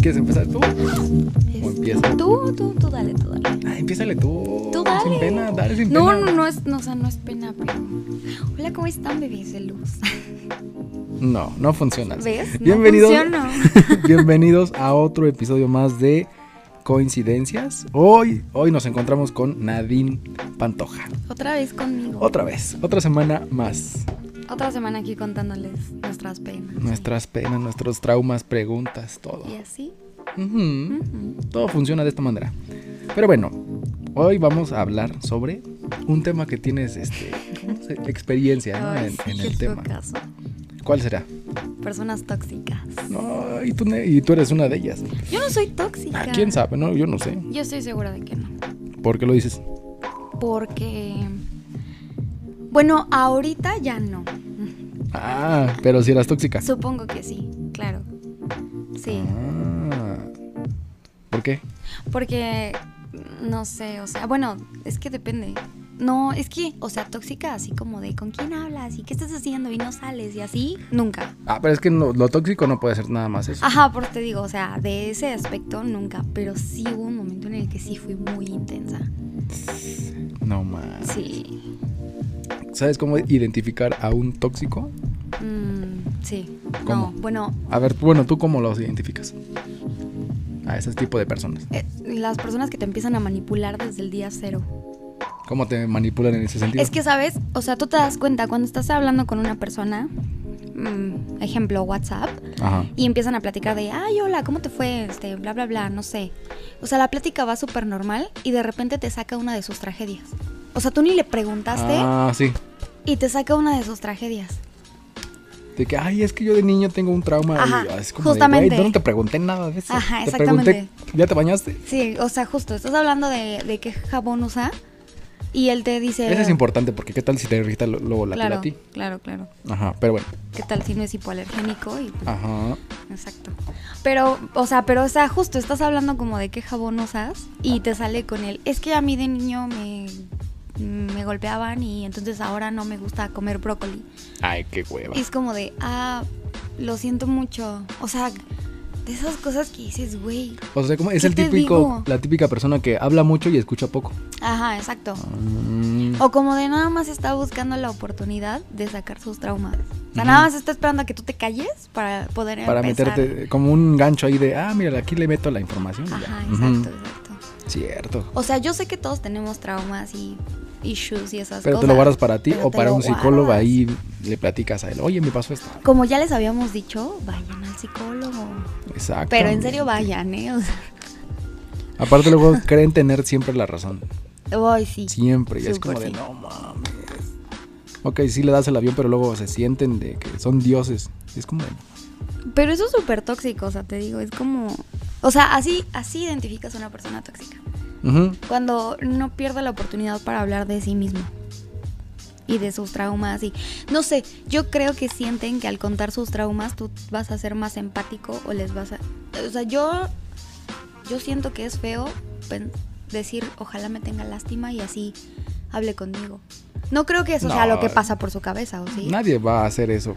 ¿Quieres empezar tú? ¿O empieza? Este, Tú, tú, tú dale, tú dale. Ah, empiézale tú. Tú dale. Sin pena, dale sin No, pena. no, no es, no, o sea, no es pena, pero. Hola, ¿cómo están, bebés de luz? No, no funciona. así. ¿Ves? No Bienvenidos. funcionó. Bienvenidos a otro episodio más de Coincidencias. Hoy, hoy nos encontramos con Nadine Pantoja. Otra vez conmigo. Otra vez, otra semana más. Otra semana aquí contándoles nuestras penas. Nuestras penas, nuestros traumas, preguntas, todo. Y así. Ujú. ujú. Todo funciona de esta manera. Pero bueno, hoy vamos a hablar sobre un tema que tienes este, ¿cómo se- experiencia ¿no? Ay, en, sí, en qué el tema. trucazo. ¿Cuál será? Personas tóxicas. No, y tú, ne- y tú eres una de ellas. Yo no soy tóxica. Ah, ¿Quién sabe? No, yo no sé. Yo estoy segura de que no. ¿Por qué lo dices? Porque. Bueno, ahorita ya no. Ah, pero si eras tóxica. Supongo que sí, claro. Sí. Ah, ¿Por qué? Porque, no sé, o sea, bueno, es que depende. No, es que, o sea, tóxica, así como de con quién hablas y qué estás haciendo y no sales y así, nunca. Ah, pero es que no- lo tóxico no puede ser nada más eso. Ajá, por te digo, o sea, de ese aspecto nunca, pero sí hubo un momento en el que sí fui muy intensa. No más. Sí. ¿Sabes cómo identificar a un tóxico? Mm, sí. ¿Cómo? No, bueno, A ver, bueno, ¿tú cómo los identificas? A ese tipo de personas. eh, las personas que te empiezan a manipular desde el día cero. ¿Cómo te manipulan en ese sentido? Es que, ¿sabes? O sea, tú te das cuenta cuando estás hablando con una persona, mm, ejemplo, WhatsApp, Ajá. y empiezan a platicar de, ay, hola, ¿cómo te fue? Este, bla, bla, bla, no sé. O sea, la plática va súper normal y de repente te saca una de sus tragedias. O sea, tú ni le preguntaste Ah, sí. y te saca una de sus tragedias. De que, ay, es que yo de niño tengo un trauma. Ajá, y, ah, es como de, justamente. "Güey, yo no te pregunté nada de eso. Ajá, Te pregunté, exactamente. ¿ya te bañaste? Sí, o sea, justo, estás hablando de, de qué jabón usa y él te dice... Eso es importante, porque qué tal si te irrita lo- luego la piel Claro, a ti. claro, claro. Ajá, pero bueno. ¿Qué tal si no es hipoalergénico? Y pues, Ajá. Exacto. Pero, o sea, pero, o sea, justo estás hablando como de qué jabón usas y te sale con él. Es que a mí de niño me, me golpeaban y entonces ahora no me gusta comer brócoli. Ay, qué hueva. Y es como de, ah, lo siento mucho. O sea, de esas cosas que dices, güey. O sea, como es ¿Qué el te típico, digo? la típica persona que habla mucho y escucha poco. Ajá, exacto. Mm, O como de nada más está buscando la oportunidad de sacar sus traumas. O sea, nada Ujú. más está esperando a que tú te calles para poder para empezar. meterte como un gancho ahí de, ah, mira, aquí le meto la información. y ya. Ajá, Ujú. exacto, exacto. Cierto. O sea, yo sé que todos tenemos traumas y issues y esas Pero cosas. te lo guardas para ti pero o te para lo un psicólogo guardas. ahí le platicas a él, oye, me pasó esto. Como ya les habíamos dicho, vayan al psicólogo. Exacto. Pero en serio, vayan, ¿eh? O sea, Aparte luego creen tener siempre la razón. ay, sí. Siempre. Y es Súper como de, sí. no mames. Ok, sí le das el avión, pero luego se sienten de que son dioses. Y es como de, Pero eso es súper tóxico, o sea, te digo, es como... O sea, así, así identificas a una persona tóxica. ujú, Cuando no pierde la oportunidad para hablar de sí mismo. Y de sus traumas y... No sé, yo creo que sienten que al contar sus traumas tú vas a ser más empático o les vas a... O sea, yo... Yo siento que es feo pen- decir ojalá me tenga lástima y así hable conmigo. No creo que eso sea No. lo que pasa por su cabeza, ¿o sí? nadie va a hacer eso.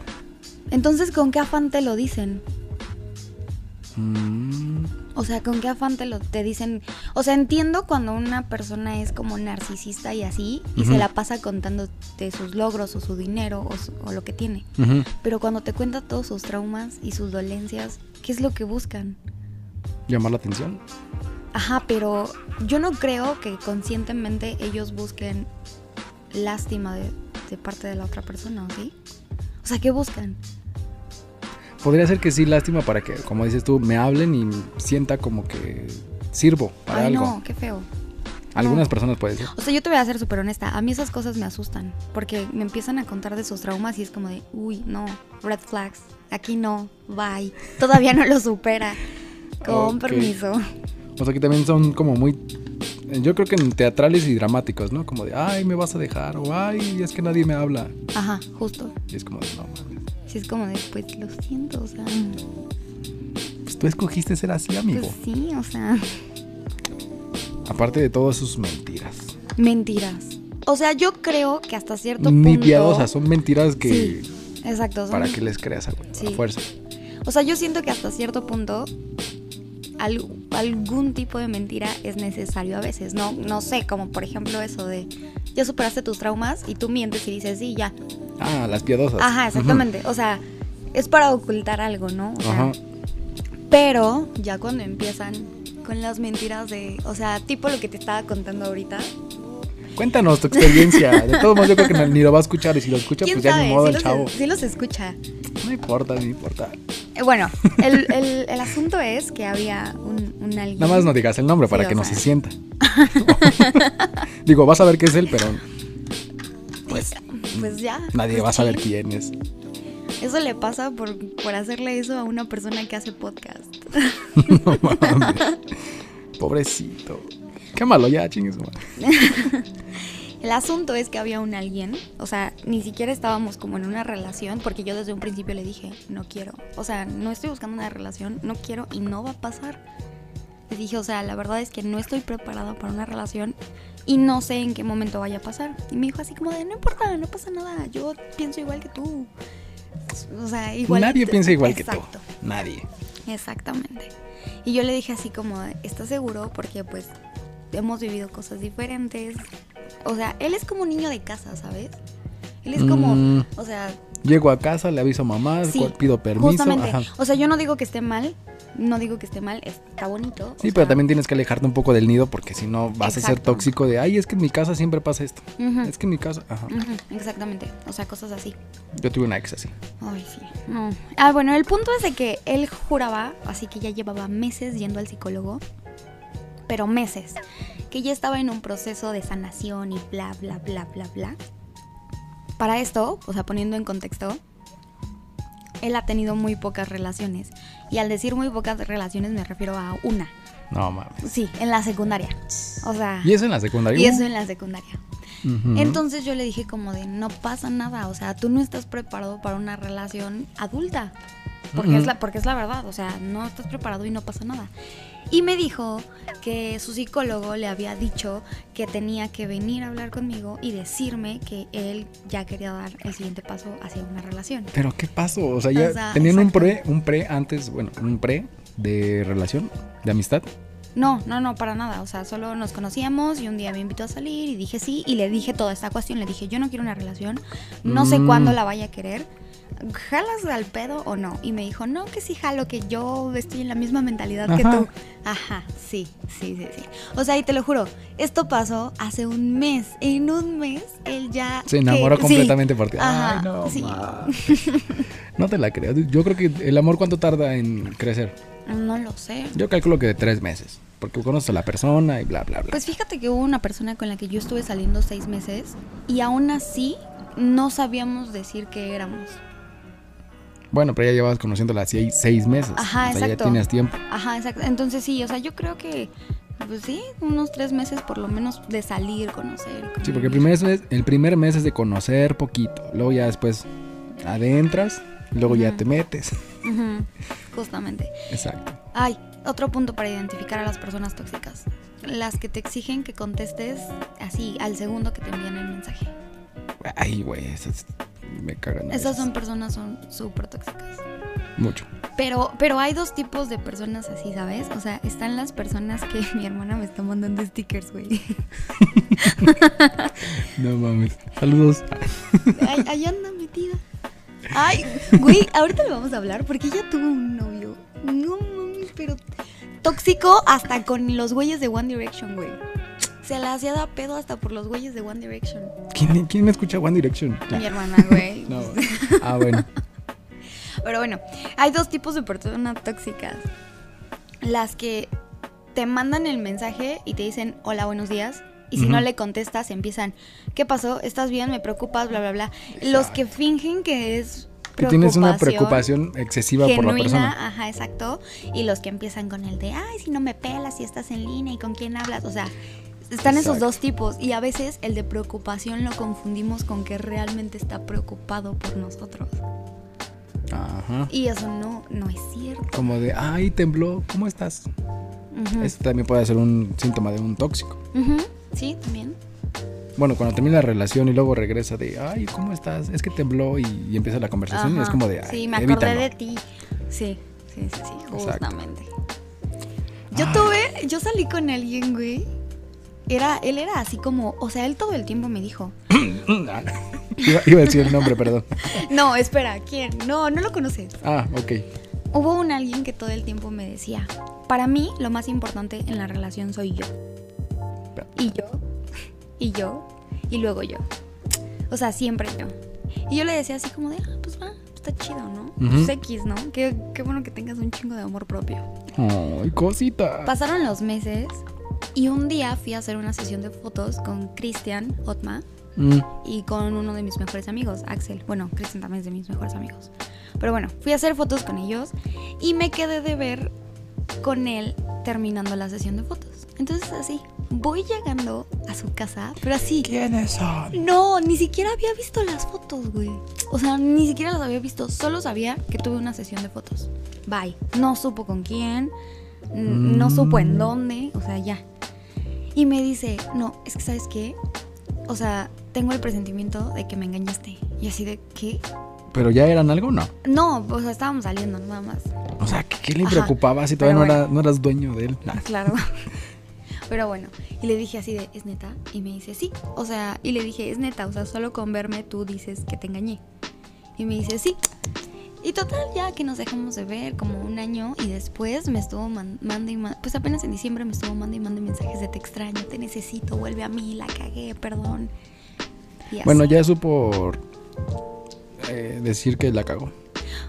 Entonces, ¿con qué afán te lo dicen? Mm, O sea, ¿con qué afán te lo te dicen? O sea, entiendo cuando una persona es como narcisista y así, y Ujú. se la pasa contándote sus logros o su dinero o, su- o lo que tiene. ujú. Pero cuando te cuenta todos sus traumas y sus dolencias, ¿qué es lo que buscan? Llamar la atención. Ajá, pero yo no creo que conscientemente ellos busquen lástima de, de parte de la otra persona, ¿o sí? O sea, ¿qué buscan? Podría ser que sí, lástima para que, como dices tú, me hablen y sienta como que sirvo para Ay, algo. no, qué feo. Algunas no. personas puede ser. O sea, yo te voy a ser súper honesta. A mí esas cosas me asustan. Porque me empiezan a contar de sus traumas y es como de, uy, no, red flags. Aquí no, bye. Todavía no lo supera. Con Ok. permiso. O sea, que también son como muy. Yo creo que en teatrales y dramáticos, ¿no? Como de, ay, me vas a dejar, o ay, es que nadie me habla. Ajá, justo. Y es como de, no mames. Sí, es como de, pues lo siento, o sea. Pues tú escogiste ser así, amigo. Pues sí, o sea. Aparte de todas sus mentiras. Mentiras. O sea, yo creo que hasta cierto Ni punto. piadosas, son mentiras que. Sí, exacto. son- Para que les creas a, a Sí. fuerza. O sea, yo siento que hasta cierto punto al- algún tipo de mentira es necesario a veces. No, no sé, como por ejemplo eso de ya superaste tus traumas y tú mientes y dices, sí, ya. Ah, las piadosas. Ajá, Ujú. exactamente. O sea, es para ocultar algo, ¿no? O sea, Ajá. pero ya cuando empiezan con las mentiras de, o sea, tipo lo que te estaba contando ahorita. Cuéntanos tu experiencia. De todos modos, yo creo que ni lo va a escuchar. Y si lo escucha, ¿Quién pues ya sabe? ni modo Sí el los- chavo. sí los escucha. No importa, no importa. Eh, Bueno, el, el- el asunto es que había un, un alguien. Nada más no digas el nombre Sí, para o que no sea. se sienta. Digo, vas a ver qué es él, pero Pues, pues ya. nadie pues va a saber sí. quién es. Eso le pasa por, por hacerle eso a una persona que hace podcast. No mames. Pobrecito. Qué malo ya, chingues. madre. El asunto es que había un alguien, o sea, ni siquiera estábamos como en una relación, porque yo desde un principio le dije, no quiero, o sea, no estoy buscando una relación, no quiero y no va a pasar. Le dije, o sea, la verdad es que no estoy preparada para una relación y no sé en qué momento vaya a pasar. Y me dijo así como de, no importa, no pasa nada, yo pienso igual que tú. O sea, igual Nadie piensa igual Exacto. que tú. Nadie. Exactamente. Y yo le dije así como, ¿estás seguro? Porque pues hemos vivido cosas diferentes. O sea, él es como un niño de casa, ¿sabes? Él es como, Mm. o sea, Llego a casa, le aviso a mamá, sí, cu- pido permiso. Justamente. ajá. O sea, yo no digo que esté mal, no digo que esté mal, está bonito. o Sí, pero sea, también tienes que alejarte un poco del nido porque si no vas a ser Exacto. tóxico de, ay, es que en mi casa siempre pasa esto. ujú, Es que en mi casa, ajá. ujú, exactamente. O sea, cosas así. Yo tuve una ex así. Ay, sí. No. Ah, bueno, el punto es de que él juraba, así que ya llevaba meses yendo al psicólogo, pero meses, que ya estaba en un proceso de sanación y bla, bla, bla, bla, bla. Para esto, o sea, poniendo en contexto, él ha tenido muy pocas relaciones. Y al decir muy pocas relaciones me refiero a una. No mames. Sí, en la secundaria. O sea, Y eso en la secundaria. y eso en la secundaria. Ujú. Entonces yo le dije como de, no pasa nada, o sea, tú no estás preparado para una relación adulta. Porque, Ujú. es la, porque es la verdad, o sea, no estás preparado y no pasa nada. Y me dijo que su psicólogo le había dicho que tenía que venir a hablar conmigo y decirme que él ya quería dar el siguiente paso hacia una relación. Pero qué pasó, o sea, ya O sea, tenían un exacto. pre, un pre antes, bueno, un pre de relación, de amistad. No, no, no, para nada. O sea, solo nos conocíamos y un día me invitó a salir y dije sí y le dije toda esta cuestión. Le dije, yo no quiero una relación, no sé Mm. cuándo la vaya a querer. ¿Jalas al pedo o no? Y me dijo, no, que sí jalo, que yo estoy en la misma mentalidad que Ajá. tú. Ajá, sí, sí, sí, sí. O sea, y te lo juro, esto pasó hace un mes. En un mes él ya... Se enamoró que- sí. completamente por ti. Ajá, Ay, no, sí. ma. No te la creo. Yo creo que el amor cuánto tarda en crecer. No lo sé. Yo calculo que de tres meses, porque conoces a la persona y bla, bla, bla. Pues fíjate que hubo una persona con la que yo estuve saliendo seis meses y aún así no sabíamos decir qué éramos. bueno, pero ya llevabas conociéndola así seis meses. Ajá, o sea, ya exacto. tienes tiempo. Ajá, exacto. Entonces sí, o sea, yo creo que, pues sí, unos tres meses por lo menos de salir, conocer. Sí, porque el primer mes, el primer mes es de conocer poquito. Luego ya después adentras, luego ya Ujú. te metes. Ujú, Justamente. Exacto. Ay, otro punto para identificar a las personas tóxicas. Las que te exigen que contestes así al segundo que te envían el mensaje. Ay, güey, esas me cagan. a Esas veces. son personas son súper tóxicas. Mucho. Pero, pero hay dos tipos de personas así, ¿sabes? O sea, están las personas que mi hermana me está mandando stickers, güey. No mames. Saludos. Ahí, ahí anda metida. Ay, güey, ahorita le vamos a hablar porque ella tuvo un novio. No mames, pero tóxico hasta con los güeyes de One Direction, güey. Se la hacía da pedo hasta por los güeyes de One Direction. ¿Quién, quién escucha One Direction? Mi hermana, güey. No. Ah, bueno. Pero bueno, hay dos tipos de personas tóxicas. Las que te mandan el mensaje y te dicen hola, buenos días. Y si no Ujú. le contestas, empiezan, ¿qué pasó? ¿Estás bien? ¿Me preocupas? Bla, bla, bla. Los que fingen que es... Que tienes una preocupación excesiva por la persona. ajá, exacto. Y los que empiezan con el de, ay, si no me pelas, si estás en línea y con quién hablas. O sea, están esos Exacto. dos tipos. Y a veces el de preocupación lo confundimos con que realmente está preocupado por nosotros. Ajá. Y eso no, no es cierto. Como de, ay, tembló, ¿cómo estás? Ujú. Esto también puede ser un síntoma de un tóxico. Ujú, Sí, también. Bueno, cuando termina la relación y luego regresa de, ay, ¿cómo estás? Es que tembló y, y empieza la conversación. y Ajá. Pues Es como de, ay, sí, me acordé evítalo. de ti. Sí, sí, sí, sí, justamente. yo salí con alguien, güey. Era, él era así como, o sea, él todo el tiempo me dijo. Mm, ah. iba, iba a decir el nombre, perdón. No, espera, ¿quién? No, no lo conoces. Ah, ok. Hubo un alguien que todo el tiempo me decía, para mí lo más importante en la relación soy yo. Y yo, y yo, y luego yo. O sea, siempre yo. Y yo le decía así como de, ah, pues va, está chido, ¿no? Ujú. Pues X, ¿no? Qué, qué bueno que tengas un chingo de amor propio. Ay, cosita. Pasaron los meses y un día fui a hacer una sesión de fotos con Cristian Otma Mm, y con uno de mis mejores amigos, Axel. Bueno, Cristian también es de mis mejores amigos. Pero bueno, fui a hacer fotos con ellos y me quedé de ver con él terminando la sesión de fotos. Entonces así, voy llegando a su casa, pero así... ¿Quiénes son? No, ni siquiera había visto las fotos, güey. O sea, ni siquiera las había visto. Solo sabía que tuve una sesión de fotos. Bye. No supo con quién. n- No supo en dónde. O sea, ya. Y me dice, no, es que sabes qué. O sea, tengo el presentimiento de que me engañaste. Y así de, ¿qué? ¿Pero ya eran algo o no? No, o sea, estábamos saliendo nada más. O sea, ¿qué, qué le Ajá, preocupaba si todavía no, pero era- no eras dueño de él? Nah. Claro. Pero bueno, y le dije así de, ¿es neta? Y me dice, sí. O sea, y le dije, es neta, o sea, solo con verme tú dices que te engañé. Y me dice, sí. Y total, ya que nos dejamos de ver como un año y después me estuvo man- mande y man- pues apenas en diciembre me estuvo mande y mande mensajes de te extraño, te necesito, vuelve a mí, la cagué, perdón. Y así. Bueno, ya supo eh, decir que la cagó.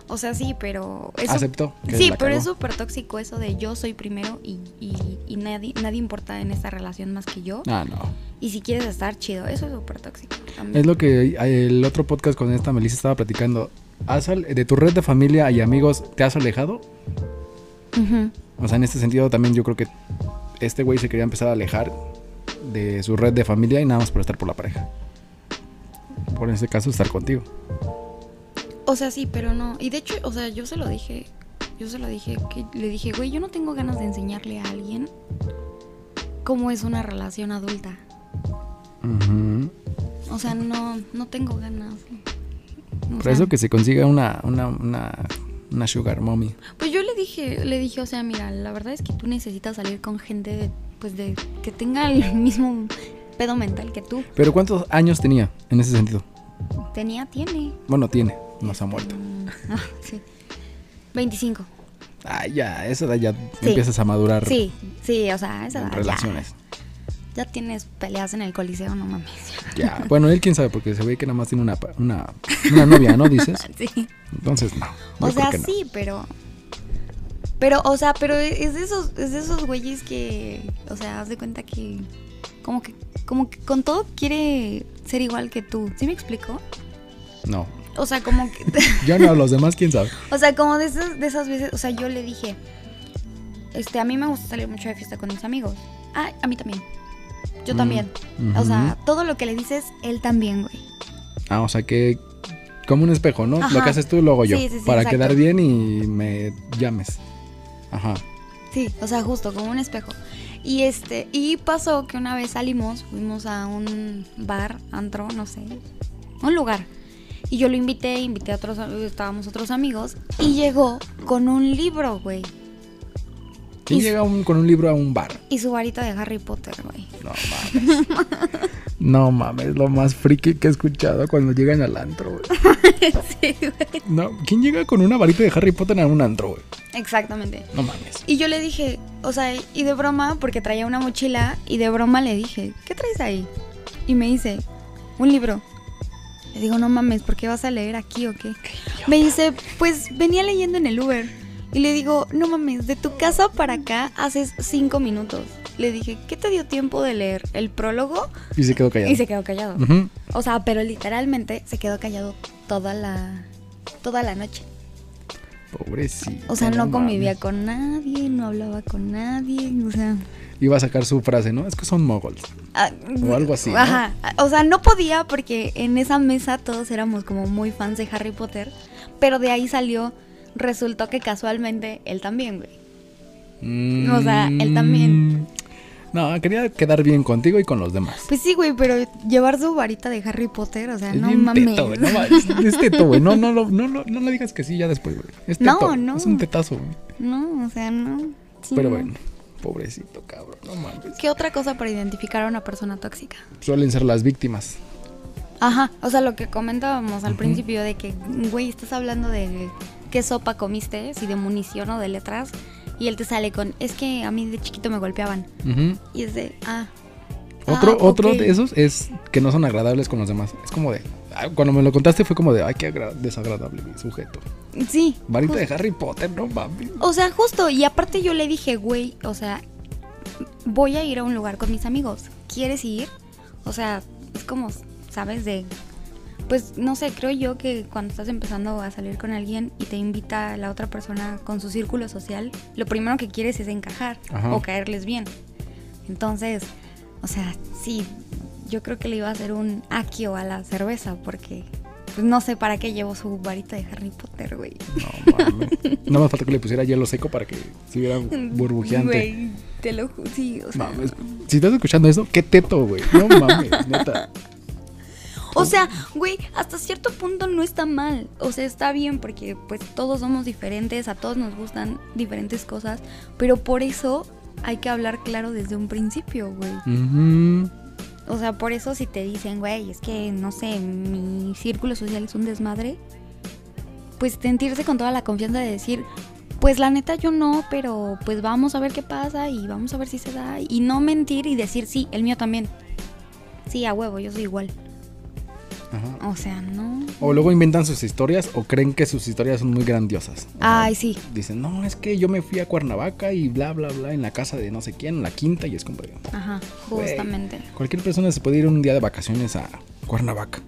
O sea, sí, pero... eso- Aceptó que Sí, la pero cagó. es súper tóxico eso de yo soy primero y, y- y nadie, nadie importa en esta relación más que yo. Ah, no. Y si quieres estar chido, eso es súper tóxico. también. Es lo que el otro podcast con esta Melissa estaba platicando. ¿Has al- ¿De tu red de familia y amigos te has alejado? Ujú. O sea, en este sentido también yo creo que este güey se quería empezar a alejar de su red de familia y nada más por estar por la pareja. Por en este caso estar contigo. O sea, sí, pero no. Y de hecho, o sea, yo se lo dije. Yo se lo dije que le dije, güey, yo no tengo ganas de enseñarle a alguien cómo es una relación adulta. Ujú. O sea, no, no tengo ganas. O Por sea, eso que se consiga una, una, una, una sugar mommy. Pues yo le dije, le dije, o sea, mira, la verdad es que tú necesitas salir con gente de, pues de que tenga el mismo pedo mental que tú. Pero ¿cuántos años tenía en ese sentido? Tenía, tiene. Bueno, tiene, no se ha muerto. Mm, ah, sí. 25. Ah, ya, a esa edad ya Sí. empiezas a madurar Sí, sí, o sea, esa en edad ya- relaciones. Ya, tienes peleas en el coliseo, no mames. Ya. Bueno, él quién sabe, porque se ve que nada más tiene una, pa- una, una novia, ¿no? Dices. Sí. Entonces, no. yo O creo sea, que no. sí, pero pero o sea, pero es de esos es de esos güeyes que, o sea, haz de cuenta que como que como que con todo quiere ser igual que tú. ¿Sí me explico? No. O sea, como que Yo no, los demás, quién sabe. O sea, como de esas, de esas veces, o sea, yo le dije, este, a mí me gusta salir mucho de fiesta con mis amigos. Ah, a mí también. Yo Mm, también. O sea, ujú. todo lo que le dices, él también, güey. Ah, o sea que como un espejo, ¿no? Lo Ajá. que haces tú, lo hago yo. Sí, sí, sí, para exacto. quedar bien y me llames. Ajá. Sí, o sea, justo, como un espejo. Y este, y pasó que una vez salimos, fuimos a un bar, antro, no sé, un lugar. Y yo lo invité, invité a otros, estábamos otros amigos, y llegó con un libro, güey. ¿Quién Y- llega un- con un libro a un bar? Y su varita de Harry Potter, güey. No mames. No mames, lo más friki que he escuchado cuando llegan al antro, güey. sí, güey. No, ¿quién llega con una varita de Harry Potter a un antro, güey? Exactamente. No mames. Y yo le dije, o sea, y de broma, porque traía una mochila, y de broma le dije, ¿qué traes ahí? Y me dice, un libro. Le digo, no mames, ¿por qué vas a leer aquí o qué? Me dice, pues venía leyendo en el Uber. Y le digo, no mames, de tu casa para acá haces cinco minutos. Le dije, ¿qué te dio tiempo de leer? ¿El prólogo? Y se quedó callado. Y se quedó callado. Ujú. O sea, pero literalmente se quedó callado toda la, toda la noche. Pobrecito. O sea, no convivía mames. con nadie, no hablaba con nadie, o sea... Iba a sacar su frase, ¿no? Es que son mogols. Ah, O algo así, ¿no? Ajá. O sea, no podía porque en esa mesa todos éramos como muy fans de Harry Potter. Pero de ahí salió, resultó que casualmente él también, güey. O sea, él también. Mm. No, quería quedar bien contigo y con los demás. Pues sí, güey, pero llevar su varita de Harry Potter, o sea, Es no bien mames. teto, güey, no mames. Es teto, güey. No, no, lo- no, lo- no le digas que sí ya después, güey. Es No, teto, no. Es un tetazo, güey. No, o sea, no. Sí, Pero no. bueno. Pobrecito cabrón, no mames. ¿Qué otra cosa para identificar a una persona tóxica? Suelen ser las víctimas. Ajá, o sea, lo que comentábamos al principio de que, güey, estás hablando de qué sopa comiste, si de munición o de letras, y él te sale con, es que a mí de chiquito me golpeaban. Ujú. Y es de, ah. Otro, ah, otro ok. de esos es que no son agradables con los demás. Es como de. ah, Cuando me lo contaste fue como de, ay, qué agra- desagradable mi sujeto. Sí. Varita justo. de Harry Potter, no mames. O sea, justo, y aparte yo le dije, güey, o sea, voy a ir a un lugar con mis amigos. ¿Quieres ir? O sea, es como, ¿sabes? De, pues no sé, creo yo que cuando estás empezando a salir con alguien y te invita la otra persona con su círculo social, lo primero que quieres es encajar Ajá. o caerles bien. Entonces, o sea, sí, yo creo que le iba a hacer un aquio a la cerveza porque pues, no sé para qué llevo su varita de Harry Potter, güey. No mames. Nada más falta que le pusiera hielo seco para que se viera burbujeante. Güey, te lo ju- sí, o sea. Mames. Si estás escuchando eso, qué teto, güey. No mames, neta. O sea, güey, hasta cierto punto no está mal. O sea, está bien porque pues todos somos diferentes, a todos nos gustan diferentes cosas, pero por eso hay que hablar claro desde un principio, güey. Ujú. O sea, por eso si te dicen, güey, es que no sé, mi círculo social es un desmadre, pues sentirse con toda la confianza de decir, pues la neta yo no, pero pues vamos a ver qué pasa y vamos a ver si se da. Y no mentir y decir, sí, el mío también. Sí, a huevo, yo soy igual. Ajá. O sea, no. O luego inventan sus historias o creen que sus historias son muy grandiosas. O sea, Ay, sí. Dicen, no, es que yo me fui a Cuernavaca y bla, bla, bla, en la casa de no sé quién, en la quinta, y es como, de, Ajá, Güey. justamente. cualquier persona se puede ir un día de vacaciones a Cuernavaca.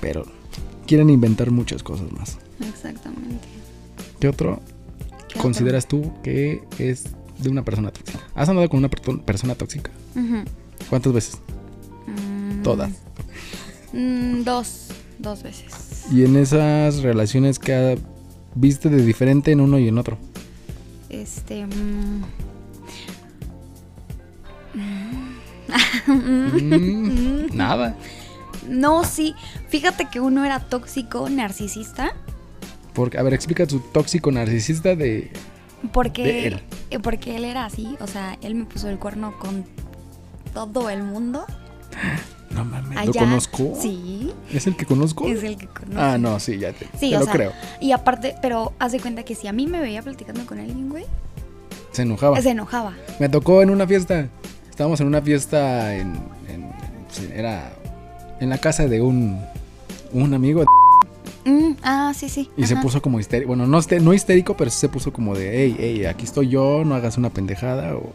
Pero quieren inventar muchas cosas más. Exactamente. ¿Qué otro ¿Qué consideras tú que es de una persona tóxica? ¿Has andado con una per- persona tóxica? otro? Ujú. ¿Cuántas veces? Mm, Todas. mm, dos, dos veces. Y en esas relaciones que ha- viste de diferente en uno y en otro. Este. mm. Mm, nada. No, sí. Fíjate que uno era tóxico, narcisista. Porque, a ver, explica tu tóxico narcisista de. Porque, De él. eh, porque él era así. O sea, él me puso el cuerno con todo el mundo. No mames, ¿lo Allá- conozco? Ah, Sí. ¿Es el que conozco? Es el que conozco. Ah, no, sí, ya te, Sí, te o lo sea, creo. Y aparte, pero hace cuenta que si a mí me veía platicando con alguien, güey, Se enojaba. se enojaba. Me tocó en una fiesta. Estábamos en una fiesta en. en- sí, era. En la casa de un. Un amigo. Mm, ah, sí, sí. Y se ajá. puso como histérico. Bueno, no, hister- no histérico, pero sí se puso como de. Hey, hey, aquí estoy yo, no hagas una pendejada. O...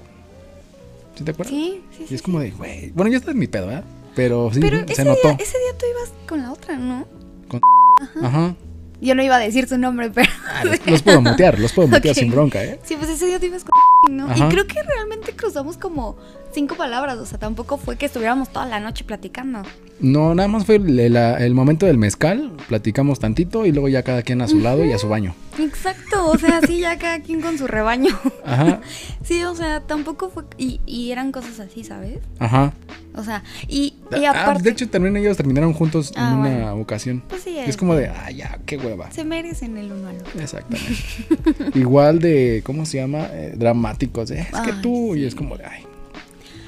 ¿Sí te acuerdas? Sí, sí, Y sí. es como de, güey. Bueno, ya está en mi pedo, ¿verdad? Pero sí, Pero se ese notó. día, ese día tú ibas con la otra, ¿no? Ajá. Yo no iba a decir su nombre, pero. Ah, los, los puedo mutear, los puedo mutear Ok. sin bronca, ¿eh? Sí, pues ese día tú ibas con. ¿no? Ajá. Y creo que realmente cruzamos como cinco palabras. O sea, tampoco fue que estuviéramos toda la noche platicando. No, nada más fue el, el- el momento del mezcal, platicamos tantito y luego ya cada quien a su lado y a su baño. Exacto, o sea, sí, ya cada quien con su rebaño. Ajá, Sí, o sea, tampoco fue. Y, y eran cosas así, ¿sabes? ajá. O sea, y, y Ah, aparte. de hecho, también ellos terminaron juntos Ah, en una bueno. ocasión. pues sí, Y es eh, como de, ah, ya, qué hueva. se merecen el uno al otro. Exactamente. Igual de, ¿cómo se llama? Eh, dramáticos. eh, es que Ay, tú, y sí. es como de, ay.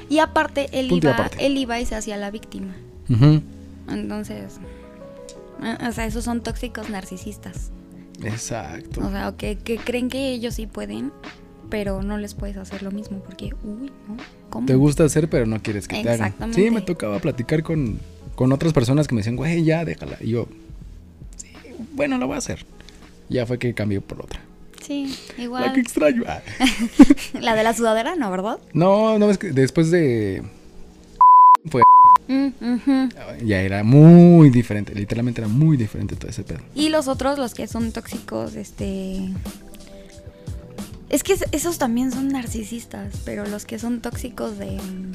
Y aparte, él Punto y iba, aparte. él iba y se hacía la víctima. Ujú. Entonces, eh, o sea, esos son tóxicos narcisistas. Exacto. O sea, o que, que creen que ellos sí pueden, pero no les puedes hacer lo mismo porque, uy, ¿no? ¿Cómo? Te gusta hacer, pero no quieres que te hagan. Exactamente. Sí, me tocaba platicar con, con otras personas que me decían, güey, ya, déjala. Y yo, sí, bueno, lo voy a hacer. Ya fue que cambié por otra. Sí, La que igual. extraño. Ah. La de la sudadera, ¿no, verdad? No, no, es que después de. Fue. Mm, ujú. Ya era muy diferente. Literalmente era muy diferente todo ese pedo. Y los otros, los que son tóxicos, este... Es que es- esos también son narcisistas, pero los que son tóxicos de... mm,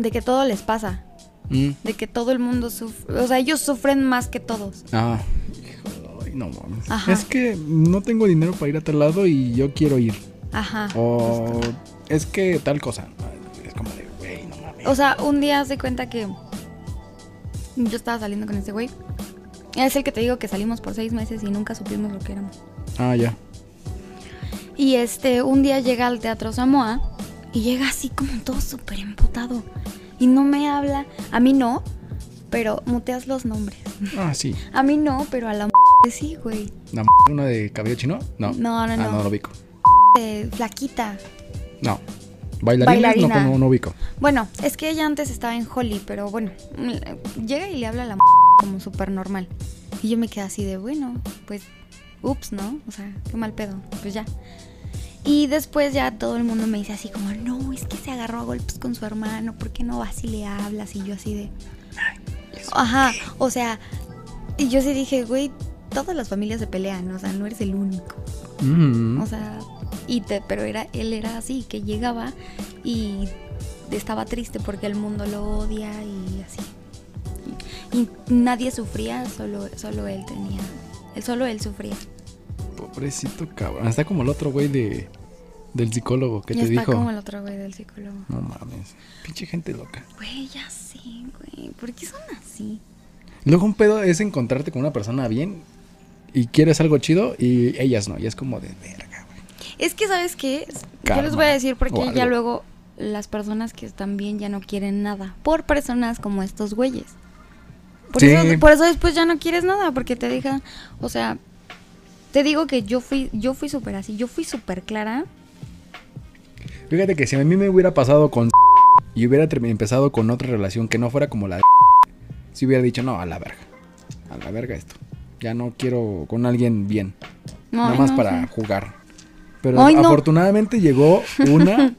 De que todo les pasa, Mm. de que todo el mundo sufre, o sea, ellos sufren más que todos. Ah, híjole, ay, no mames. Ajá. Es que no tengo dinero para ir a tal lado y yo quiero ir. Ajá. O es que tal cosa. Ay, Es como de, güey, no mames. O sea, un día se cuenta que yo estaba saliendo con este güey. Es el que te digo que salimos por seis meses y nunca supimos lo que éramos. Ah, ya. Y este, un día llega al Teatro Samoa y llega así como todo súper emputado. Y no me habla, a mí no, pero muteas los nombres. Ah, sí. A mí no, pero a la m sí, güey. La m una de cabello chino? No. No, no, ah, no. no lo ubico. Eh, flaquita. No. Bailarina, Bailarina. No, no, no ubico. Bueno, es que ella antes estaba en Holly, pero bueno, mm, llega y le habla a la m como súper normal. Y yo me quedé así de, bueno, pues, ups, ¿no? O sea, qué mal pedo, pues ya. Y después ya todo el mundo me dice así como, no, es que se agarró a golpes con su hermano, ¿por qué no vas y le hablas? Y yo así de... Ajá, o sea, y yo sí dije, güey, todas las familias se pelean, o sea, no eres el único. Mm. O sea, y te, pero era, él era así, que llegaba y estaba triste porque el mundo lo odia y así. Y, y nadie sufría, solo, solo él tenía. Él, solo él sufría. Pobrecito cabrón. Está como el otro güey de, del psicólogo que Y te está dijo. como el otro güey del psicólogo. No mames. Pinche gente loca. Güey, ya sé, güey. ¿Por qué son así? Luego un pedo es encontrarte con una persona bien y quieres algo chido y ellas no. Y es como de verga, güey. Es que, ¿sabes qué? S- Yo les Karma, voy a decir o porque algo. ya luego las personas que están bien ya no quieren nada. Por personas como estos güeyes. Por, Sí. eso, por eso después ya no quieres nada, porque te dejan, o sea, te digo que yo fui, yo fui súper así, yo fui súper clara. Fíjate que si a mí me hubiera pasado con y hubiera termi- empezado con otra relación que no fuera como la de si hubiera dicho, no, a la verga. A la verga esto. Ya no quiero con alguien bien. No, nada más no, para sí. jugar. Pero Ay, no. afortunadamente llegó una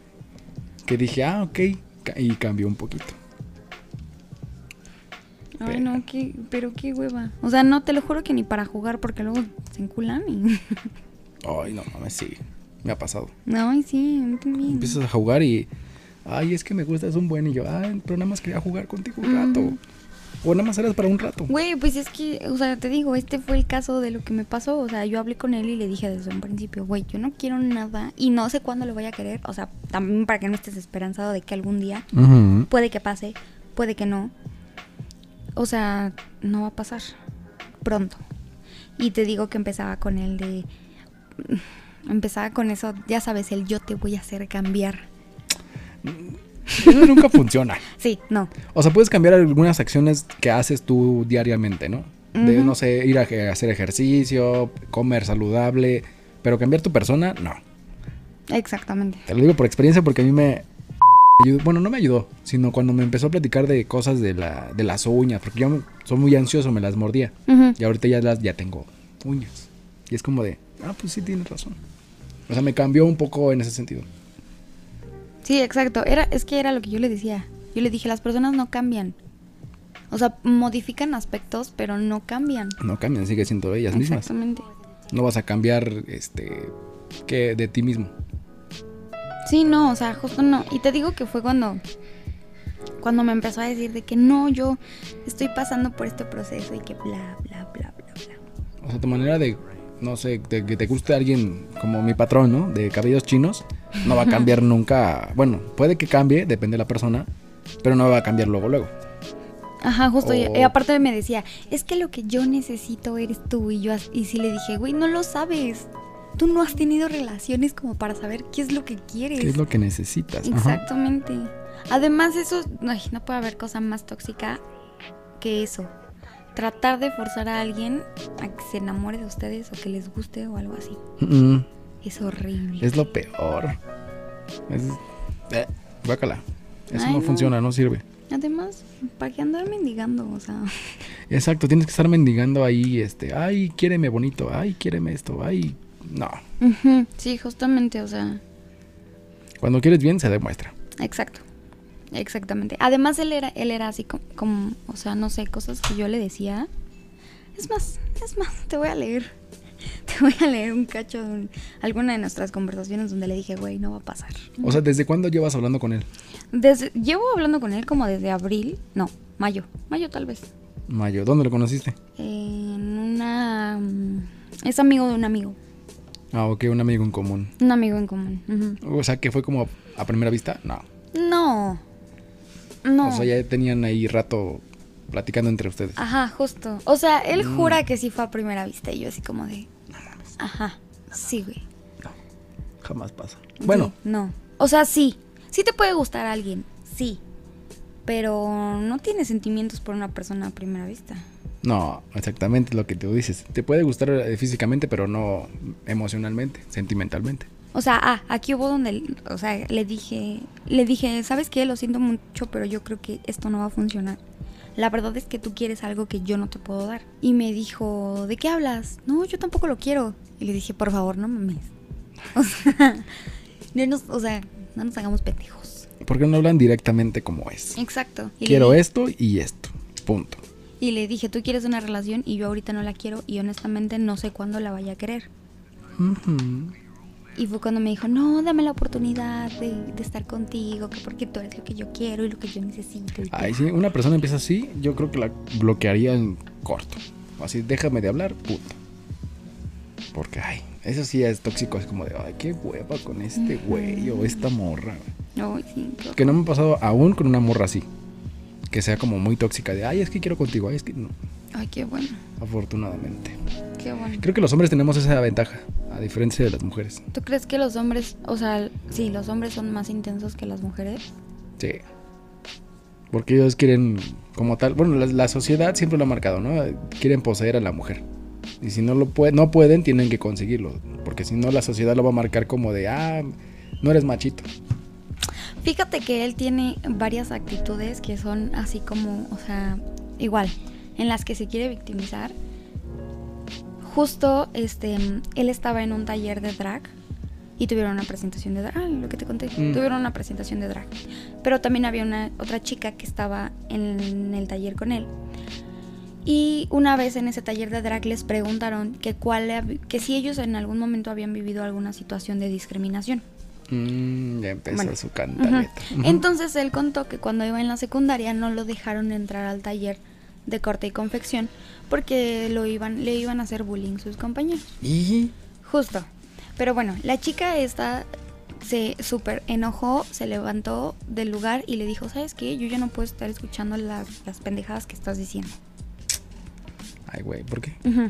que dije, ah, ok. ca- Y cambió un poquito. Ay, no, qué- pero qué hueva. O sea, no, te lo juro que ni para jugar, porque luego se enculan y... Ay, no mames, sí. Me ha pasado. No, y sí, a mí también. Empiezas a jugar y. Ay, es que me gusta, es un buen. Y yo, ay, pero nada más quería jugar contigo un rato. O nada más eras para un rato. Güey, pues es que, o sea, te digo, este fue el caso de lo que me pasó. O sea, yo hablé con él y le dije desde un principio, güey, yo no quiero nada y no sé cuándo lo voy a querer. O sea, también para que no estés esperanzado de que algún día Ujú. puede que pase, puede que no. O sea, no va a pasar pronto. Y te digo que empezaba con el de. mm, Empezaba con eso, ya sabes, el yo te voy a hacer cambiar. Eso nunca funciona. Sí, no. O sea, puedes cambiar algunas acciones que haces tú diariamente, ¿no? De, Ujú. no sé, ir a a hacer ejercicio, comer saludable. Pero cambiar tu persona, no. Exactamente. Te lo digo por experiencia porque a mí me ayudó- bueno, no me ayudó, sino cuando me empezó a platicar de cosas de, la, de las uñas, porque yo soy muy ansioso, me las mordía. Ujú. Y ahorita ya las ya tengo uñas. Y es como de, ah, pues sí tienes razón. O sea, me cambió un poco en ese sentido. Sí, exacto. Era, es que era lo que yo le decía. Yo le dije, las personas no cambian. O sea, modifican aspectos, pero no cambian. No cambian, sigue siendo ellas mismas. Exactamente. No vas a cambiar este que de ti mismo. Sí, no, o sea, justo no. Y te digo que fue cuando, cuando me empezó a decir de que no, yo estoy pasando por este proceso y que bla, bla, bla, bla, bla. O sea, tu manera de, no sé, de que te guste alguien como mi patrón, ¿no? De cabellos chinos, no va a cambiar nunca. Bueno, puede que cambie, depende de la persona, pero no va a cambiar luego, luego. Ajá, justo. Y, Oh. y aparte me decía, es que lo que yo necesito eres tú. Y yo as- y sí le dije, güey, no lo sabes. Tú no has tenido relaciones como para saber qué es lo que quieres. ¿Qué es lo que necesitas? Ajá. Exactamente. Además, eso, ay, no puede haber cosa más tóxica que eso. Tratar de forzar a alguien a que se enamore de ustedes o que les guste o algo así. Mm, Es horrible. es lo peor. Es. eh, guácala. Eso Ay, no no. funciona, no sirve. Además, ¿para qué andar mendigando? O sea, Exacto, tienes que estar mendigando ahí, este, ay, quiéreme bonito, ay, quiéreme esto, ay. No. ujú, sí, justamente, o sea, Cuando quieres bien, se demuestra. exacto. Exactamente. Además, él era, él era así como, como, o sea, no sé, cosas que yo le decía. Es más, es más, te voy a leer. Te voy a leer un cacho de un- alguna de nuestras conversaciones donde le dije, güey, no va a pasar. O sea, ¿desde cuándo llevas hablando con él? Desde- llevo hablando con él como desde abril, no, mayo, mayo tal vez. Mayo, ¿dónde lo conociste? En una... mm, Es amigo de un amigo, Ah, ok, un amigo en común. un amigo en común. ujú. O sea, que fue como a primera vista, no. No, no. Ah, O sea, ya tenían ahí rato platicando entre ustedes. Ajá, justo. O sea, él jura que sí fue a primera vista y yo así como de... Ajá, sí, güey. Jamás pasa. Bueno, Sí, no. O sea, sí. Sí te puede gustar a alguien, sí. Pero no tienes sentimientos por una persona a primera vista. no, exactamente lo que tú dices. Te puede gustar eh, físicamente, pero no emocionalmente, sentimentalmente. O sea, ah, aquí hubo donde, o sea, le dije, le dije, ¿sabes qué? Lo siento mucho, pero yo creo que esto no va a funcionar. La verdad es que tú quieres algo que yo no te puedo dar. Y me dijo, ¿de qué hablas? No, yo tampoco lo quiero. Y le dije, por favor, no mames. O sea, no nos, o sea, no nos hagamos pendejos. ¿Por qué no hablan directamente como es? Exacto. Y le Quiero dije- esto y esto. Punto. Y le dije, tú quieres una relación y yo ahorita no la quiero y honestamente no sé cuándo la vaya a querer. Ujú. Y fue cuando me dijo, no, dame la oportunidad de, de estar contigo, que porque tú eres lo que yo quiero y lo que yo necesito. y Ay, todo". sí, una persona empieza así, yo creo que la bloquearía en corto. Así, déjame de hablar, puto. Porque, ay, eso sí es tóxico, es como de, ay, qué hueva con este güey o esta morra. Ay, sí, qué horror. Que no me ha pasado aún con una morra así. Que sea como muy tóxica, de, ay, es que quiero contigo, ay, es que no. Ay, qué bueno, Afortunadamente. qué bueno. Creo que los hombres tenemos esa ventaja, a diferencia de las mujeres. ¿Tú crees que los hombres, o sea, sí, los hombres son más intensos que las mujeres? Sí. Porque ellos quieren, como tal, bueno, la, la sociedad siempre lo ha marcado, ¿no? Quieren poseer a la mujer. Y si no lo pue- no pueden, tienen que conseguirlo. Porque si no, la sociedad lo va a marcar como de, ah, no eres machito. Fíjate que él tiene varias actitudes que son así como, o sea, igual, en las que se quiere victimizar. Justo, este, él estaba en un taller de drag y tuvieron una presentación de drag, ah, lo que te conté, Mm. tuvieron una presentación de drag. Pero también había una otra chica que estaba en el taller con él. Y una vez en ese taller de drag les preguntaron que cuál, hab- que si ellos en algún momento habían vivido alguna situación de discriminación. Mm, ya empezó Bueno. su Ujú. cantaleta. Ujú. Entonces él contó que cuando iba en la secundaria no lo dejaron entrar al taller de corte y confección porque lo iban, le iban a hacer bullying sus compañeros. Y Justo. Pero bueno, la chica esta se súper enojó, se levantó del lugar y le dijo, ¿sabes qué? Yo ya no puedo estar escuchando las, las pendejadas que estás diciendo. Ay, güey, ¿por qué? Ujú.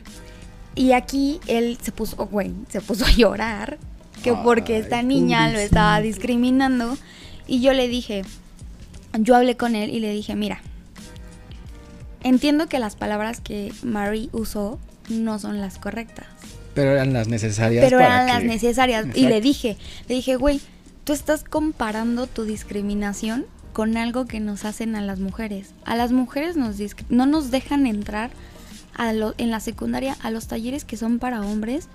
Y aquí él se puso, oh, güey, se puso a llorar, que porque Ay, esta niña lo estaba pobrecito. discriminando. Y yo le dije, yo hablé con él y le dije, mira, entiendo que las palabras que Mary usó no son las correctas, Pero eran las necesarias. pero para eran las que- necesarias. Y le Exacto. dije, le dije, güey, tú estás comparando tu discriminación con algo que nos hacen a las mujeres. A las mujeres nos disc- no nos dejan entrar a lo- en la secundaria a los talleres que son para hombres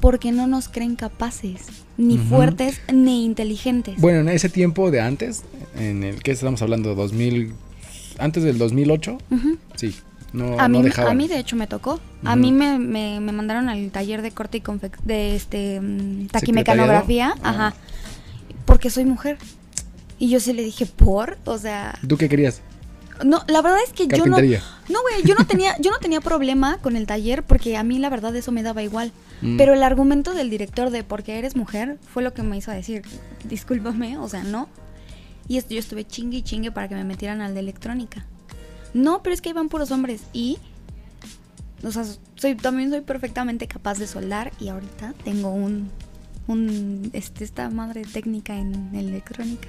porque no nos creen capaces, ni Ujú. fuertes, ni inteligentes. Bueno, en ese tiempo de antes, en el que estamos hablando, 2000, antes del 2008, Ujú. sí, no, a, no mí, dejaban. a mí de hecho me tocó. A Ujú. mí me, me- me mandaron al taller de corte y confec- de este mm, taquimecanografía, ¿Secretariado? ajá, Ah. porque soy mujer. Y yo sí le dije, "Por", o sea, ¿Tú qué querías? no, la verdad es que yo no Carpintería. No, güey, yo no tenía yo no tenía problema con el taller porque a mí la verdad eso me daba igual. Mm. Pero el argumento del director de porque eres mujer fue lo que me hizo decir, "Discúlpame", o sea, no. Y esto yo estuve chingue y chingue para que me metieran al de electrónica. No, pero es que iban puros hombres y o sea, soy, también soy perfectamente capaz de soldar y ahorita tengo un, un este, esta madre técnica en electrónica.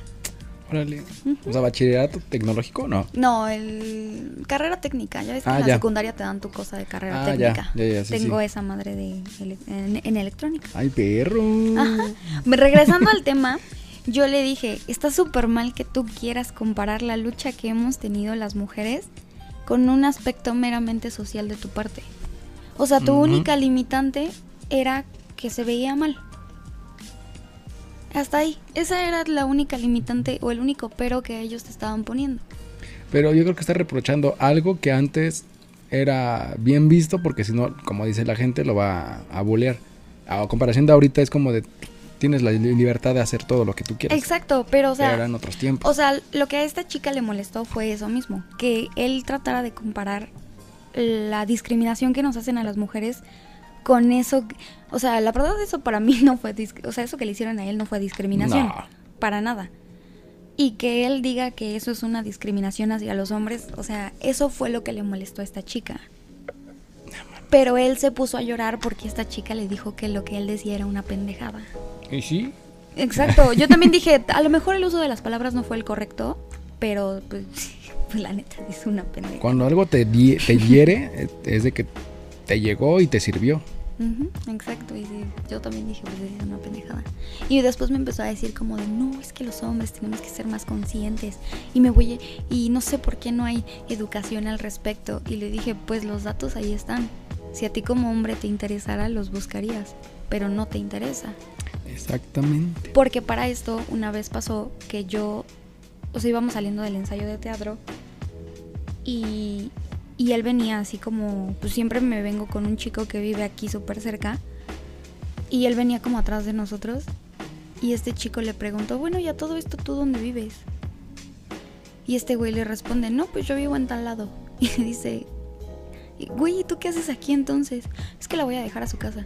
Órale. Ujú. O sea, bachillerato tecnológico, no. No, el carrera técnica, ya ves que Ah, en la ya. secundaria te dan tu cosa de carrera Ah, ya, técnica. ya, ya, sí, tengo sí. esa madre de ele- en, en electrónica. Ay, perro. Ajá. Regresando al tema, yo le dije, está súper mal que tú quieras comparar la lucha que hemos tenido las mujeres con un aspecto meramente social de tu parte. O sea, tu Ujú. única limitante era que se veía mal. Hasta ahí. Esa era la única limitante o el único pero que ellos te estaban poniendo. Pero yo creo que está reprochando algo que antes era bien visto, porque si no, como dice la gente, lo va a bolear. A comparación de ahorita es como de tienes la li- libertad de hacer todo lo que tú quieras. Exacto, pero o sea... Pero eran otros tiempos. O sea, lo que a esta chica le molestó fue eso mismo, que él tratara de comparar la discriminación que nos hacen a las mujeres con eso, que- o sea, la verdad eso para mí no fue, dis- o sea, eso que le hicieron a él no fue discriminación, No. para nada. Y que él diga que eso es una discriminación hacia los hombres, o sea, eso fue lo que le molestó a esta chica. Pero él se puso a llorar porque esta chica le dijo que lo que él decía era una pendejada. ¿Y sí? Exacto, yo también dije, a lo mejor el uso de las palabras no fue el correcto, pero pues, pues la neta es una pendeja. Cuando algo te, die- te hiere, es de que te llegó y te sirvió. Ujú, exacto, y sí, yo también dije, pues es una pendejada. Y después me empezó a decir como de, no, es que los hombres tenemos que ser más conscientes. Y me voy, a- y no sé por qué no hay educación al respecto. Y le dije, pues los datos ahí están. Si a ti como hombre te interesara, los buscarías, pero no te interesa. Exactamente. Porque para esto una vez pasó que yo, o sea, íbamos saliendo del ensayo de teatro y, y él venía así como, pues siempre me vengo con un chico que vive aquí súper cerca y él venía como atrás de nosotros y este chico le preguntó, bueno, ya todo esto, ¿tú dónde vives? Y este güey le responde, no, pues yo vivo en tal lado. Y le dice, güey, ¿y tú qué haces aquí entonces? Es que la voy a dejar a su casa.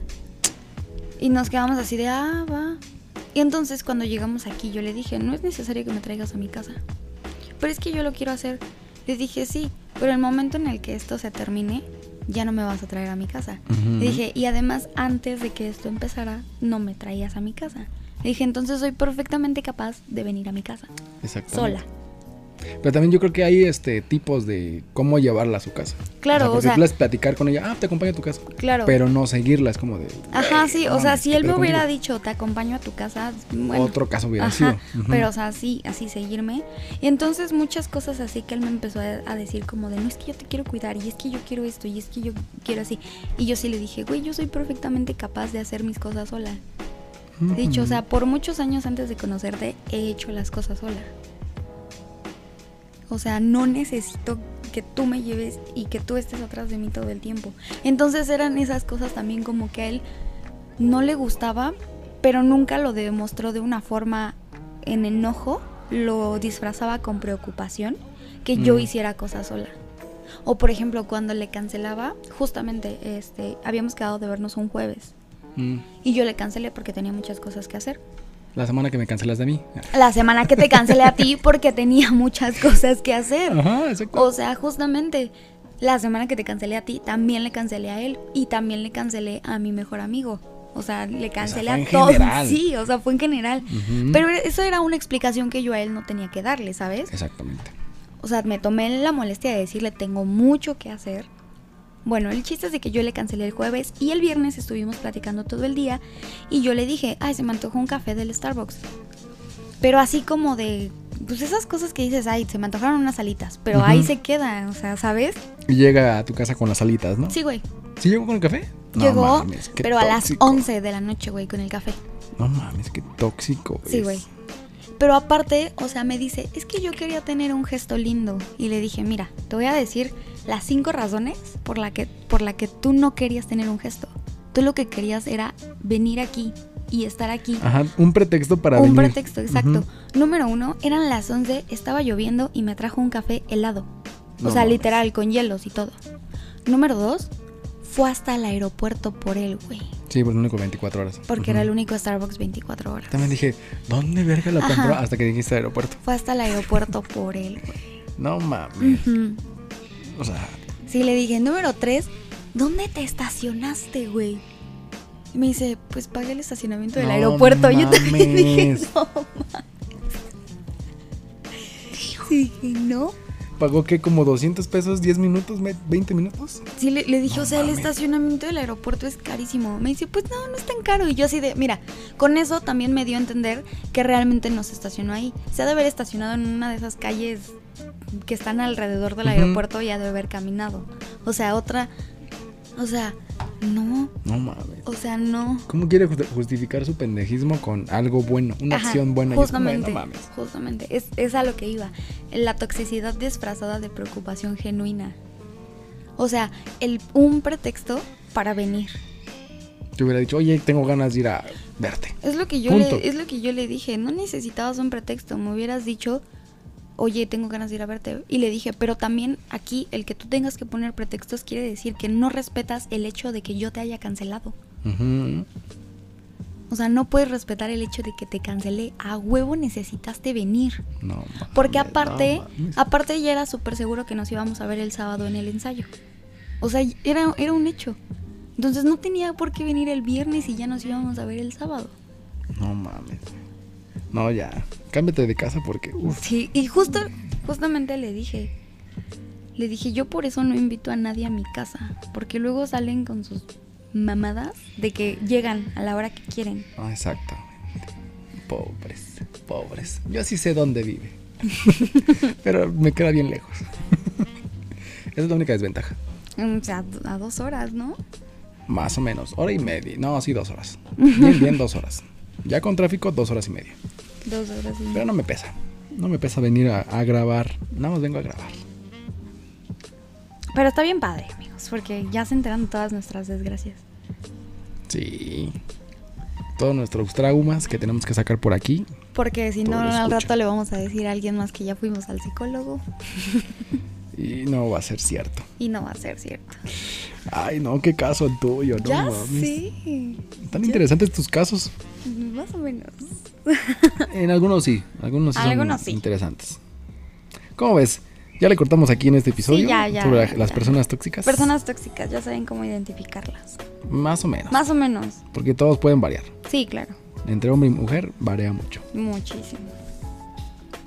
Y nos quedamos así de, ah, va. Y entonces cuando llegamos aquí yo le dije, no es necesario que me traigas a mi casa. Pero es que yo lo quiero hacer. Le dije, sí, pero el momento en el que esto se termine, ya no me vas a traer a mi casa. Ujú. Le dije, y además antes de que esto empezara, no me traías a mi casa. Le dije, entonces soy perfectamente capaz de venir a mi casa, Exactamente. sola. Pero también yo creo que hay este tipos de cómo llevarla a su casa. Claro, porque o sea- tú les platicar con ella, ah, te acompaño a tu casa. Claro. Ah, Pero no seguirla, es como de. Ajá, sí, o no sea, mames, si ¿qué él me pedo hubiera contigo? dicho, te acompaño a tu casa, bueno, Otro caso hubiera Ajá, sido. Ujú. Pero, o sea, sí, así seguirme. Y entonces muchas cosas así que él me empezó a, a decir como de, no es que yo te quiero cuidar, y es que yo quiero esto, y es que yo quiero así. Y yo sí le dije, güey, yo soy perfectamente capaz de hacer mis cosas sola. Ujú. He dicho, o sea, por muchos años antes de conocerte, he hecho las cosas sola. O sea, no necesito que tú me lleves y que tú estés atrás de mí todo el tiempo. Entonces eran esas cosas también como que a él no le gustaba, pero nunca lo demostró de una forma en enojo, lo disfrazaba con preocupación que yo Mm. hiciera cosas sola. O por ejemplo, cuando le cancelaba, justamente este habíamos quedado de vernos un jueves Mm. y yo le cancelé porque tenía muchas cosas que hacer. La semana que me cancelas de mí. La semana que te cancelé a ti porque tenía muchas cosas que hacer. Ajá, exacto. O sea, justamente la semana que te cancelé a ti, también le cancelé a él y también le cancelé a mi mejor amigo. O sea, le cancelé fue en a todos. general. Sí, o sea, fue en general. Ujú. Pero eso era una explicación que yo a él no tenía que darle, ¿sabes? Exactamente. O sea, me tomé la molestia de decirle, tengo mucho que hacer. Bueno, el chiste es de que yo le cancelé el jueves y el viernes estuvimos platicando todo el día y yo le dije, ay, se me antojó un café del Starbucks. Pero así como de, pues esas cosas que dices, ay, se me antojaron unas alitas, pero ahí Ujú. se queda, o sea, ¿sabes? Y llega a tu casa con las alitas, ¿no? Sí, güey. ¿Sí llegó con el café? No Llegó, mames, qué pero a las tóxico. 11 de la noche, güey, con el café. No mames, qué tóxico. Sí, es. güey. Pero aparte, o sea, me dice, es que yo quería tener un gesto lindo. Y le dije, mira, te voy a decir las cinco razones por la que, por la que tú no querías tener un gesto. Tú lo que querías era venir aquí y estar aquí. Ajá, un pretexto Ah, para un venir. pretexto, exacto. Ujú. Número uno, eran las 11, estaba lloviendo y me trajo un café helado. O No sea, mames. literal, con hielos y todo. Número dos, fue hasta el aeropuerto por él, güey. Sí, por lo único 24 horas. Porque Ujú. era el único Starbucks 24 horas. También dije, ¿dónde verga lo Ajá. compró? Hasta que dijiste aeropuerto. Fue hasta el aeropuerto por él, güey. No mames. Ujú. O sea, Sí, le dije, número tres, ¿dónde te estacionaste, güey? Y me dice, pues pagué el estacionamiento del No aeropuerto. Yo también dije, mames. no mames. Sí, dije, no. pagó que como 200 pesos, 10 minutos, me- 20 minutos. Sí, le, le dije, No o sea, el mames. estacionamiento del aeropuerto es carísimo. Me dice, pues no, no es tan caro. Y yo así de, mira, con eso también me dio a entender que realmente no se estacionó ahí. Se ha de haber estacionado en una de esas calles que están alrededor del Ujú. aeropuerto y ha de haber caminado. O sea, otra, o sea, no, No mames. o sea, no. ¿Cómo quiere ju- justificar su pendejismo con algo bueno, una Ajá, acción buena? Y es como de, Justamente, no mames. justamente. Es, es a lo que iba. La toxicidad disfrazada de preocupación genuina. O sea, el, un pretexto para venir. Te hubiera dicho, oye, tengo ganas de ir a verte. Es lo que yo Punto. le, es lo que yo le dije, no necesitabas un pretexto, me hubieras dicho, "Oye, tengo ganas de ir a verte." Y le dije, "Pero también aquí el que tú tengas que poner pretextos quiere decir que no respetas el hecho de que yo te haya cancelado." Ujú. O sea, no puedes respetar el hecho de que te cancelé. A huevo necesitaste venir. No mames. Porque no aparte, mames. aparte ya era súper seguro que nos íbamos a ver el sábado en el ensayo. O sea, era, era un hecho. Entonces no tenía por qué venir el viernes y ya nos íbamos a ver el sábado. No mames. No, ya. Cámbiate de casa porque. Uf. Sí, y justo, justamente le dije. Le dije, yo por eso no invito a nadie a mi casa. Porque luego salen con sus mamadas de que llegan a la hora que quieren. Ah, exactamente. Pobres, pobres. Yo sí sé dónde vive. Pero me queda bien lejos. Esa es la única desventaja. O sea, a dos horas, ¿no? Más o menos. Hora y media. No, sí, dos horas. Bien, bien, dos horas. Ya con tráfico, dos horas y media. Dos horas y Pero no me pesa. No me pesa venir a, a grabar. Nada más vengo a grabar. Pero está bien padre, amigos, porque ya se enteran de todas nuestras desgracias. Sí. Todos nuestros traumas que tenemos que sacar por aquí. Porque si Todo no, lo al escucha. rato le vamos a decir a alguien más que ya fuimos al psicólogo Y no va a ser cierto. y no va a ser cierto. Ay, no, qué caso el tuyo. No ya mames. sí. Tan interesantes tus casos. Más o menos. En algunos sí. Algunos sí son Algunos sí. interesantes. ¿Cómo ves? Ya le cortamos aquí en este episodio ya, ya, sobre la- las ya. personas tóxicas. Personas tóxicas, ya saben cómo identificarlas. Más o menos. Más o menos. Porque todos pueden variar. Sí, claro. Entre hombre y mujer varía mucho. Muchísimo.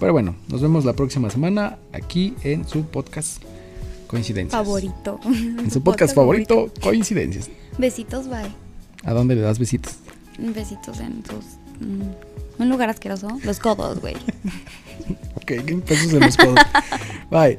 Pero bueno, nos vemos la próxima semana aquí en su podcast Coincidencias. Favorito. En su podcast favorito, Coincidencias. Besitos, bye. ¿A dónde le das besitos? Besitos en tus. mm, un lugar asqueroso. Los codos, güey. Ok, qué pesos en los codos. Bye.